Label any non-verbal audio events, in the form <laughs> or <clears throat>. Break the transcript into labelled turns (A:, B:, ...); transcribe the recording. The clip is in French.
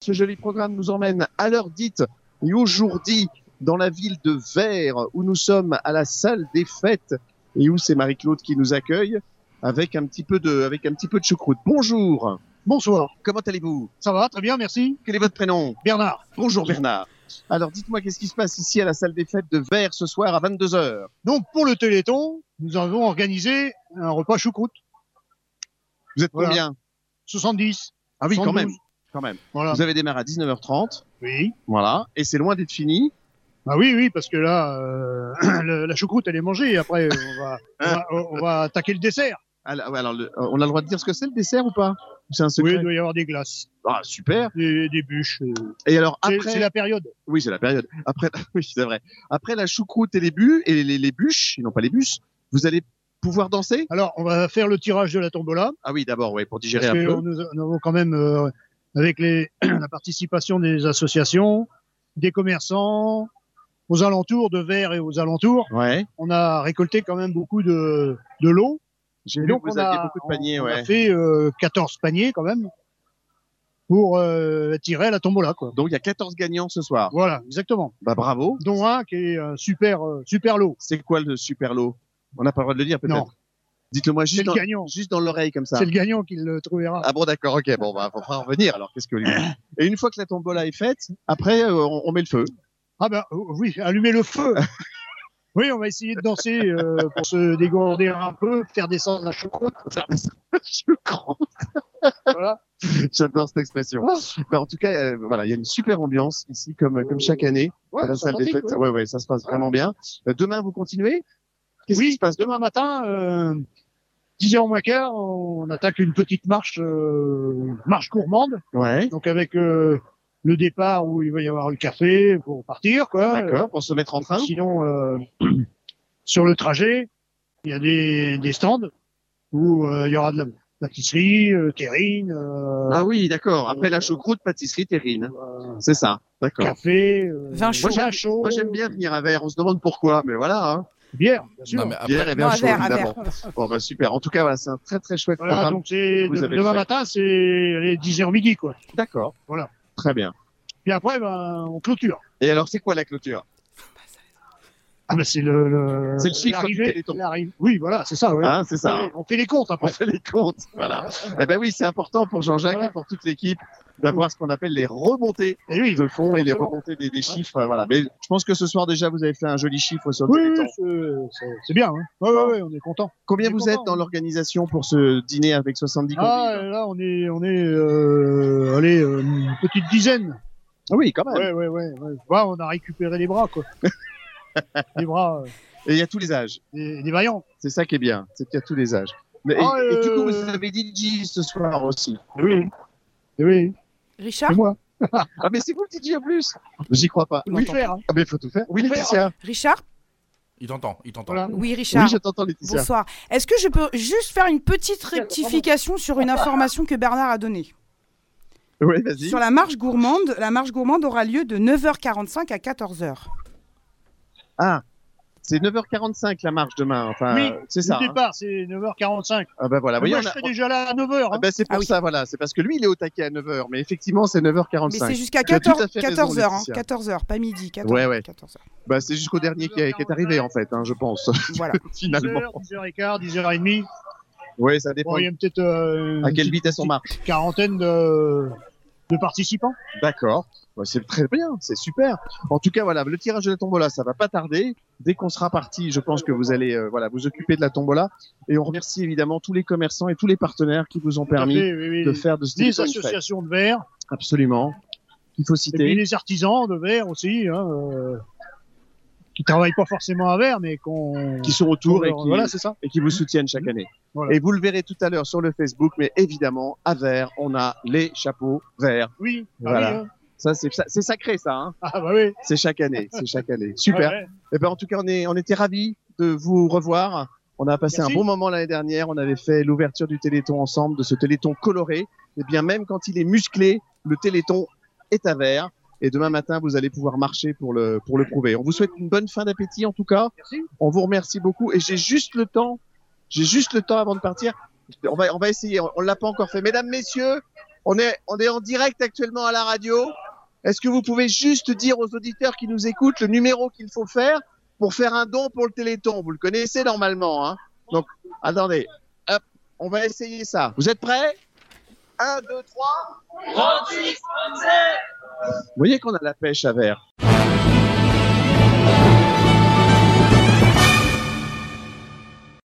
A: Ce joli programme nous emmène à l'heure dite et aujourd'hui dans la ville de Vers où nous sommes à la salle des fêtes et où c'est Marie-Claude qui nous accueille avec un petit peu de, avec un petit peu de choucroute. Bonjour.
B: Bonsoir.
A: Comment allez-vous
B: Ça va, très bien, merci.
A: Quel est votre prénom
B: Bernard.
A: Bonjour Bernard. Alors dites-moi qu'est-ce qui se passe ici à la salle des fêtes de Vers ce soir à 22h
B: Donc, pour le Téléthon, nous avons organisé un repas choucroute.
A: Vous êtes
B: Voilà.
A: combien
B: 70.
A: Ah oui, quand
B: 72.
A: même, quand même.
B: Voilà.
A: Vous avez démarré à 19h30,
B: Oui.
A: voilà, et c'est loin d'être fini.
B: Ah oui, oui, parce que là, euh, <clears throat> le- la choucroute, elle est mangée. Et après, on va, on,
A: Hein
B: va, on va attaquer le dessert.
A: Alors, alors, le- on a le droit de dire ce que c'est le dessert ou pas Ou C'est un
B: Oui, il
A: secret.
B: doit y avoir des glaces,
A: Ah super.
B: des, des bûches. euh.
A: Et alors
B: C'est-
A: après,
B: C'est la période.
A: oui c'est la période. Après, <laughs> oui c'est vrai. Après la choucroute et les bu et les, les- les bûches, et non pas les bûches, vous allez pouvoir danser
B: Alors, on va faire le tirage de la tombola.
A: Ah oui d'abord, oui, pour digérer
B: Parce
A: un
B: que
A: peu.
B: on- nous, nous avons quand même, euh, avec les, <clears throat> la participation des associations, des commerçants, aux alentours de Vers et aux alentours,
A: Ouais.
B: on a récolté quand même beaucoup de, de l'eau.
A: J'ai
B: Et
A: vu que
B: on
A: vous aviez
B: a-
A: beaucoup de
B: on-
A: paniers,
B: on
A: ouais.
B: a fait euh, 14 paniers quand même pour euh, tirer à la tombola, quoi.
A: Donc il y a 14 gagnants ce soir.
B: Voilà, exactement.
A: Bah bravo.
B: Dont un qui est un super, euh, super lot.
A: C'est quoi le super lot On n'a pas le droit de le dire
B: Non.
A: peut-être. Dites-le-moi
B: C'est
A: juste
B: le
A: dans,
B: gagnant.
A: juste dans l'oreille comme ça.
B: C'est le gagnant qui le trouvera.
A: Ah bon, d'accord, ok, bon, bah, faudra en revenir. Alors, qu'est-ce que vous voulez Et une fois que la tombola est faite, après, euh, on, on met le feu.
B: Ah ben euh, oui, allumer
A: <laughs>
B: le feu. oui, on va essayer de danser euh, pour se dégourdir un peu, faire descendre la choucroute.
A: Je crois.
B: Voilà. Ah.
A: J'adore cette expression. Bah, en tout cas, euh, voilà, il y a une super ambiance ici, comme, comme chaque année. à la salle des fêtes. Ouais, ouais, ça se passe vraiment bien. Euh, demain, vous continuez Qu'est-ce
B: Oui.
A: qui se passe demain
B: Demain matin, euh, 10h moins quart, on attaque une petite marche, euh, marche gourmande.
A: Ouais,
B: Donc avec euh, le départ où il va y avoir le café pour partir, quoi.
A: d'accord, pour se mettre en train.
B: Sinon, euh, sur le trajet, il y a des, des stands où euh, il y aura de la pâtisserie, euh, terrine, euh,
A: Ah oui, d'accord. Après la choucroute, pâtisserie, terrine.
B: euh,
A: C'est ça, d'accord.
B: café, euh,
C: Vin chaud.
B: vin chaud,
A: Moi, j'aime bien venir à verre. On se demande pourquoi, mais voilà. Hein.
B: bière, bien sûr.
D: Non, mais après,
A: Bière et
C: Non,
A: verre
C: à
A: chaud,
C: verre, à
A: évidemment. Bon, bah, super. En tout cas, voilà, c'est un très, très chouette
B: Voilà,
A: programme.
B: donc c'est
A: vous
B: de-
A: avez
B: demain
A: fait.
B: matin, c'est les 10h midi, quoi.
A: D'accord.
B: Voilà.
A: Très bien.
B: Puis après, ben, on clôture.
A: Et alors, c'est quoi la clôture
B: Ah ben c'est le, le
A: C'est le chiffre du
B: l'arrivée,
A: Téléthon.
B: l'arrivée. Oui, voilà, c'est ça. Ouais.
A: Hein, C'est ça. hein.
B: on fait les comptes
A: On
B: après.
A: fait les comptes. Voilà. Eh ben oui, c'est important pour Jean-Jacques et pour toute l'équipe d'avoir ce qu'on appelle les remontées
B: Et oui,
A: de fond et les
B: Absolument.
A: remontées des, des chiffres. euh, Voilà. Mais je pense que ce soir déjà, vous avez fait un joli chiffre sur le
B: oui,
A: Téléthon.
B: c'est- c'est- c'est bien. Hein. Ouais, ouais, ouais, on est content.
A: Combien
B: on est
A: vous
B: content,
A: êtes dans l'organisation pour ce dîner avec 70 convives
B: Ah, là, on est, on est, euh, allez, euh, une petite dizaine.
A: Ah oui, quand même.
B: Ouais, ouais, ouais, ouais. Bah, on a récupéré les bras,
A: <laughs>
B: quoi. les bras, euh,
A: Et il y a tous les âges.
B: des, des vaillants.
A: C'est ça qui est bien, c'est qu'il y a tous les âges. Mais- Et,
B: Ah,
A: et du coup,
B: euh,
A: vous avez DJ ce soir aussi.
B: Oui. Eh Oui,
C: Richard,
B: c'est moi.
A: Ah, mais c'est vous le DJ en plus J'y crois pas.
B: Oui, faire. hein.
A: Ah, mais il faut tout faire. Oui,
B: Faire.
A: Laetitia.
C: Richard,
D: Il t'entend, il t'entend.
B: Voilà.
C: oui
A: Oui,
C: Richard.
A: je t'entends, Laetitia.
C: Bonsoir. Est-ce que je peux juste faire une petite rectification sur une information que Bernard a donnée
A: Oui, vas-y.
C: Sur la marche gourmande, la marche gourmande aura lieu de 9h45 à 14h.
A: Ah, c'est 9h45 la marche demain. Enfin,
B: Oui,
A: euh, c'est
B: Le
A: ça. hein.
B: départ, c'est 9h45.
A: Ah bah voilà,
B: moi,
A: voyez, on
B: je
A: a-
B: serai déjà là à hein. 9h.
A: Ah bah c'est pour
C: Ah oui.
A: ça, voilà. C'est parce que lui, il est au taquet à 9h, mais effectivement, c'est
C: Mais c'est
A: 9h45.
C: jusqu'à
A: Tu as tout
C: 14,
A: à fait raison,
C: 14 heures, hein,
A: Laetitia.
C: 14 heures, pas midi, 14,
A: Ouais, ouais.
C: 14 heures.
A: Bah, c'est jusqu'au dernier qui, est- qui est arrivé, en fait, hein, je pense,
C: <laughs> Voilà.
A: <laughs> finalement.
B: 10h15, 10h30.
A: Oui, ça
B: Bon,
A: dépend
B: il y a peut-être euh,
A: à quelle
B: une petite
A: vitesse on marche.
B: quarantaine de, de participants.
A: D'accord. Bah, c'est très bien, c'est super. En tout cas, voilà, le tirage de la tombola, ça va pas tarder. Dès qu'on sera parti, je pense que vous allez euh, voilà, vous occuper de la tombola. Et on remercie évidemment tous les commerçants et tous les partenaires qui vous ont permis
B: Oui, oui, oui.
A: de faire de ce
B: les
A: Téléthon une fête.
B: associations Eh de verre.
A: Absolument. Il faut
B: Et
A: citer.
B: puis les artisans de verre aussi, hein, euh, qui travaillent pas forcément à verre, mais qu'on.
A: qui sont autour et qui,
B: Voilà, c'est ça. Mm-hmm.
A: et qui vous soutiennent chaque année.
B: Voilà.
A: Et vous le verrez tout à l'heure sur le Facebook, mais évidemment, à vert, on a les chapeaux verts.
B: Oui. ah
A: Voilà.
B: oui, hein.
A: Ça, c'est ça- c'est sacré, ça. Hein
B: Ah, bah oui.
A: c'est chaque année, c'est chaque année. Super.
B: Ouais, ouais.
A: Eh ben, en tout cas, on, est, on était ravis de vous revoir. On a passé
B: Merci.
A: un bon moment l'année dernière. On avait fait l'ouverture du Téléthon ensemble, de ce Téléthon coloré. Et bien, même quand il est musclé, le Téléthon est à vert. Et demain matin, vous allez pouvoir marcher pour le, pour le prouver. On vous souhaite une bonne fin d'appétit, en tout cas.
B: Merci.
A: On vous remercie beaucoup. Et j'ai juste le temps, j'ai juste le temps avant de partir. On va, on va essayer. On, on l'a pas encore fait. Mesdames, messieurs, On est, on est en direct actuellement à la radio. Est-ce que vous pouvez juste dire aux auditeurs qui nous écoutent le numéro qu'il faut faire pour faire un don pour le Téléthon Vous le connaissez normalement. Hein Donc, attendez. Hop, on va essayer ça. Vous êtes prêts 1, 2, 3. Vous voyez qu'on a la pêche à verre.